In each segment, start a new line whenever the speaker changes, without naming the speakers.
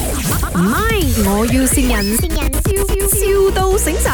唔係，我要善人，笑笑到醒神。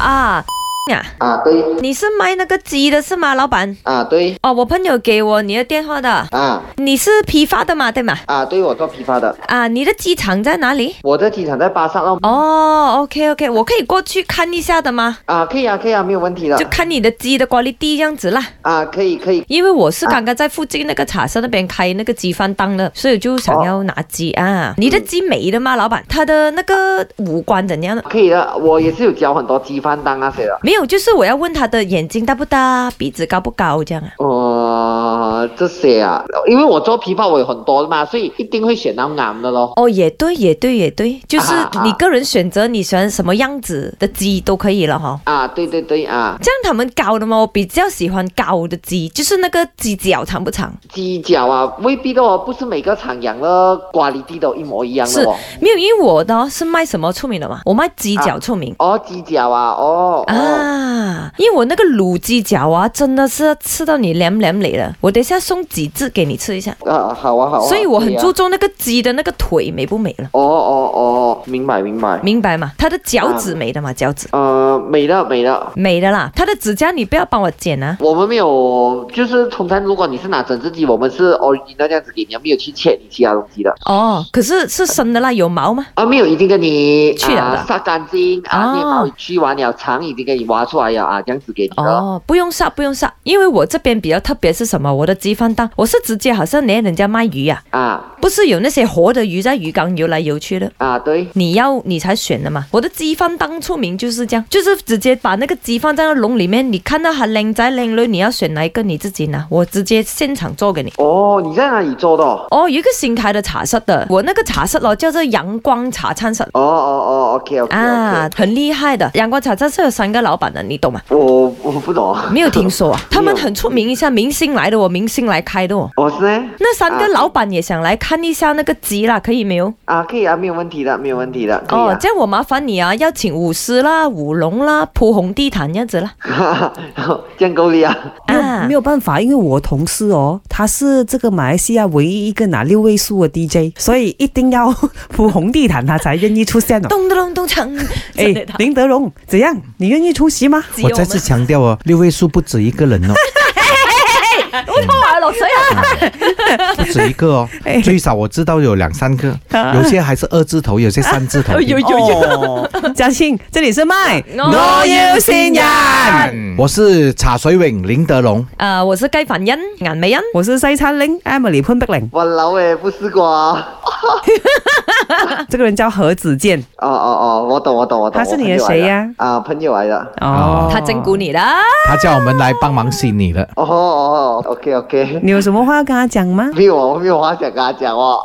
啊呀，
啊，对，
你是卖那个鸡的是吗，老板？
啊对，
哦，我朋友给我你的电话的。
啊
你是批发的嘛，对吗？
啊，对我做批发的，
啊，你的机场在哪里？
我的机场在巴萨哦。
哦，OK OK，我可以过去看一下的吗？
啊，可以啊，可以啊，没有问题的
就。看你的鸡的 quality 这样子啦，
啊，可以可以。
因为我是刚刚在附近那个茶社那边开那个鸡饭档的，所以就想要拿鸡啊。你的鸡没的吗，老板？它的那个五官怎样呢？
可以的，我也是有教很多鸡饭档啊谁的。
没有，就是我要问他的眼睛大不大，鼻子高不高这样啊。
哦，这些啊，因为我做批发我有很多的嘛，所以一定会选到俺的咯。
哦，也对，也对，也对，就是
啊啊
你个人选择你喜欢什么样子的鸡都可以了哈。
啊，对对对啊，
这样他们高的吗？我比较喜欢高的鸡，就是那个鸡脚长不长？
鸡脚啊，未必的哦，不是每个厂养的瓜里地都一模一样
是
的哦。
没有，因为我呢是卖什么出名的嘛？我卖鸡脚出名。
哦，鸡脚啊，哦哦，
啊，因为我那个卤鸡脚啊，真的是吃到你凉凉累了。我等一下送几只给你吃一下，
啊，好啊好啊。
所以我很
对啊
注重那个鸡的那个腿美不美了，
哦哦哦，明白明白。
明白吗？它的脚趾美的嘛，脚趾
呃，美了美了。
美的啦，它的指甲你不要帮我剪啊。
我们没有，就是通常如果你是拿整只鸡，我们是 original 这样子给你，没有去切你其他东西的
哦，可是是生的啦，有毛吗？
啊，没有已经跟你
去了的
啊、杀干净
哦
啊，面包去完了，肠已经给你挖出来了啊，这样子给你了。
哦，不用杀，不用杀，因为我这边比较特别是什么？我的鸡饭档，我是直接好像连人家卖鱼啊，
啊
不是有那些活的鱼在鱼缸游来游去的。
啊，对
你要你才选的嘛。我的鸡饭当出名就是这样，就是直接把那个鸡放在那笼里面，你看到它靓仔靓女，你要选哪一个你自己拿，我直接现场做给你。
哦，你在哪里做的？哦
哦，有一个新开的茶室的，我那个茶室咯叫做阳光茶餐室
哦哦，OK OK
啊
OK，，
很厉害的。阳光茶餐室有三个老板的，你懂吗？
我我不懂，
没有听说啊， 他们很出名一下，明星来的哦，明星来开的哦。
我是呢
那三个
啊
老板也想来看一下那个鸡啦，可以没有？
啊，可以啊，没有问题的，没有问题的，可以
哦
啊，
这样我麻烦你啊，要请舞狮啦、舞龙啦、铺红地毯这样子啦。
这样够力啊，
没有、
啊
没有办法，因为我同事哦，他是这个马来西亚唯一一个拿六位数的 DJ，所以一定要铺红地毯，他才愿意出 现哦。
咚咚咚咚锵！
哎
真的，他
林德荣，怎样？你愿意出席 吗？
只有
我再次
们
强 调哦，六位数不止一个人哦，
哇落水啊！
不止一个哦，
哎
最少我知道有两三个，有些还是二字头，有些三字 头。
啊哎有有有，
有，嘉庆，这里是麦，
我要
新人，
我是茶水泳林德龙，
啊，我是鸡凡欣，颜美欣。
我是西餐玲 Emily 潘碧玲，
我老诶，不试过啊，
啊
这个人叫何子健，
哦哦哦，我懂我懂我懂，
他是
我朋
你的
友来
谁呀
啊，朋友来的。
哦，
他整蛊。你啦！
他叫我们来帮忙洗你了。
哦哦，OK OK，
你有什么话要跟他讲吗？
没有我没有话想跟他讲哦。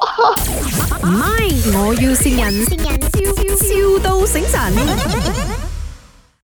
唔係，我要善人，笑笑到醒神。